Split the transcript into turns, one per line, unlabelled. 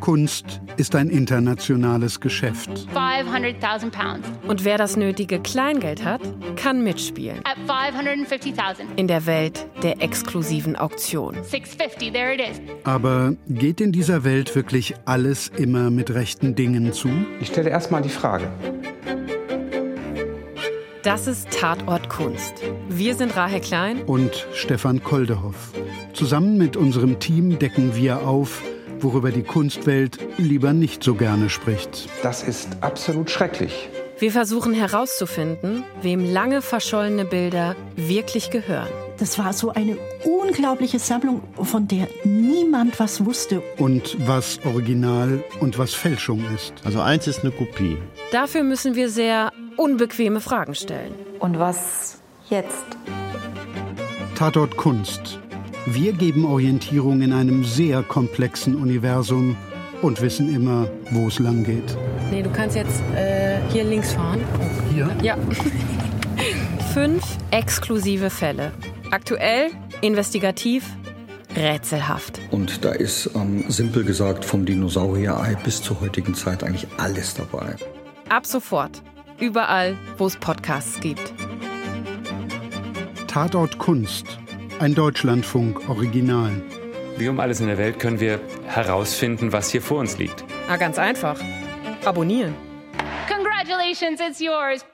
Kunst ist ein internationales Geschäft.
500,000 pounds.
Und wer das nötige Kleingeld hat, kann mitspielen.
At 550,000.
In der Welt der exklusiven Auktion.
650, there it is.
Aber geht in dieser Welt wirklich alles immer mit rechten Dingen zu?
Ich stelle erstmal die Frage.
Das ist Tatort Kunst. Wir sind Rahe Klein.
Und Stefan Koldehoff. Zusammen mit unserem Team decken wir auf, worüber die Kunstwelt lieber nicht so gerne spricht.
Das ist absolut schrecklich.
Wir versuchen herauszufinden, wem lange verschollene Bilder wirklich gehören.
Das war so eine unglaubliche Sammlung, von der niemand was wusste.
Und was Original und was Fälschung ist.
Also eins ist eine Kopie.
Dafür müssen wir sehr unbequeme Fragen stellen.
Und was jetzt?
Tatort Kunst. Wir geben Orientierung in einem sehr komplexen Universum und wissen immer, wo es lang geht.
Nee, du kannst jetzt äh, hier links fahren.
Hier?
Ja. Fünf exklusive Fälle. Aktuell, investigativ, rätselhaft.
Und da ist ähm, simpel gesagt vom Dinosaurier-Ei bis zur heutigen Zeit eigentlich alles dabei.
Ab sofort. Überall, wo es Podcasts gibt.
Tatort Kunst. Ein Deutschlandfunk-Original.
Wie um alles in der Welt können wir herausfinden, was hier vor uns liegt.
Ah, ganz einfach. Abonnieren.
Congratulations, it's yours.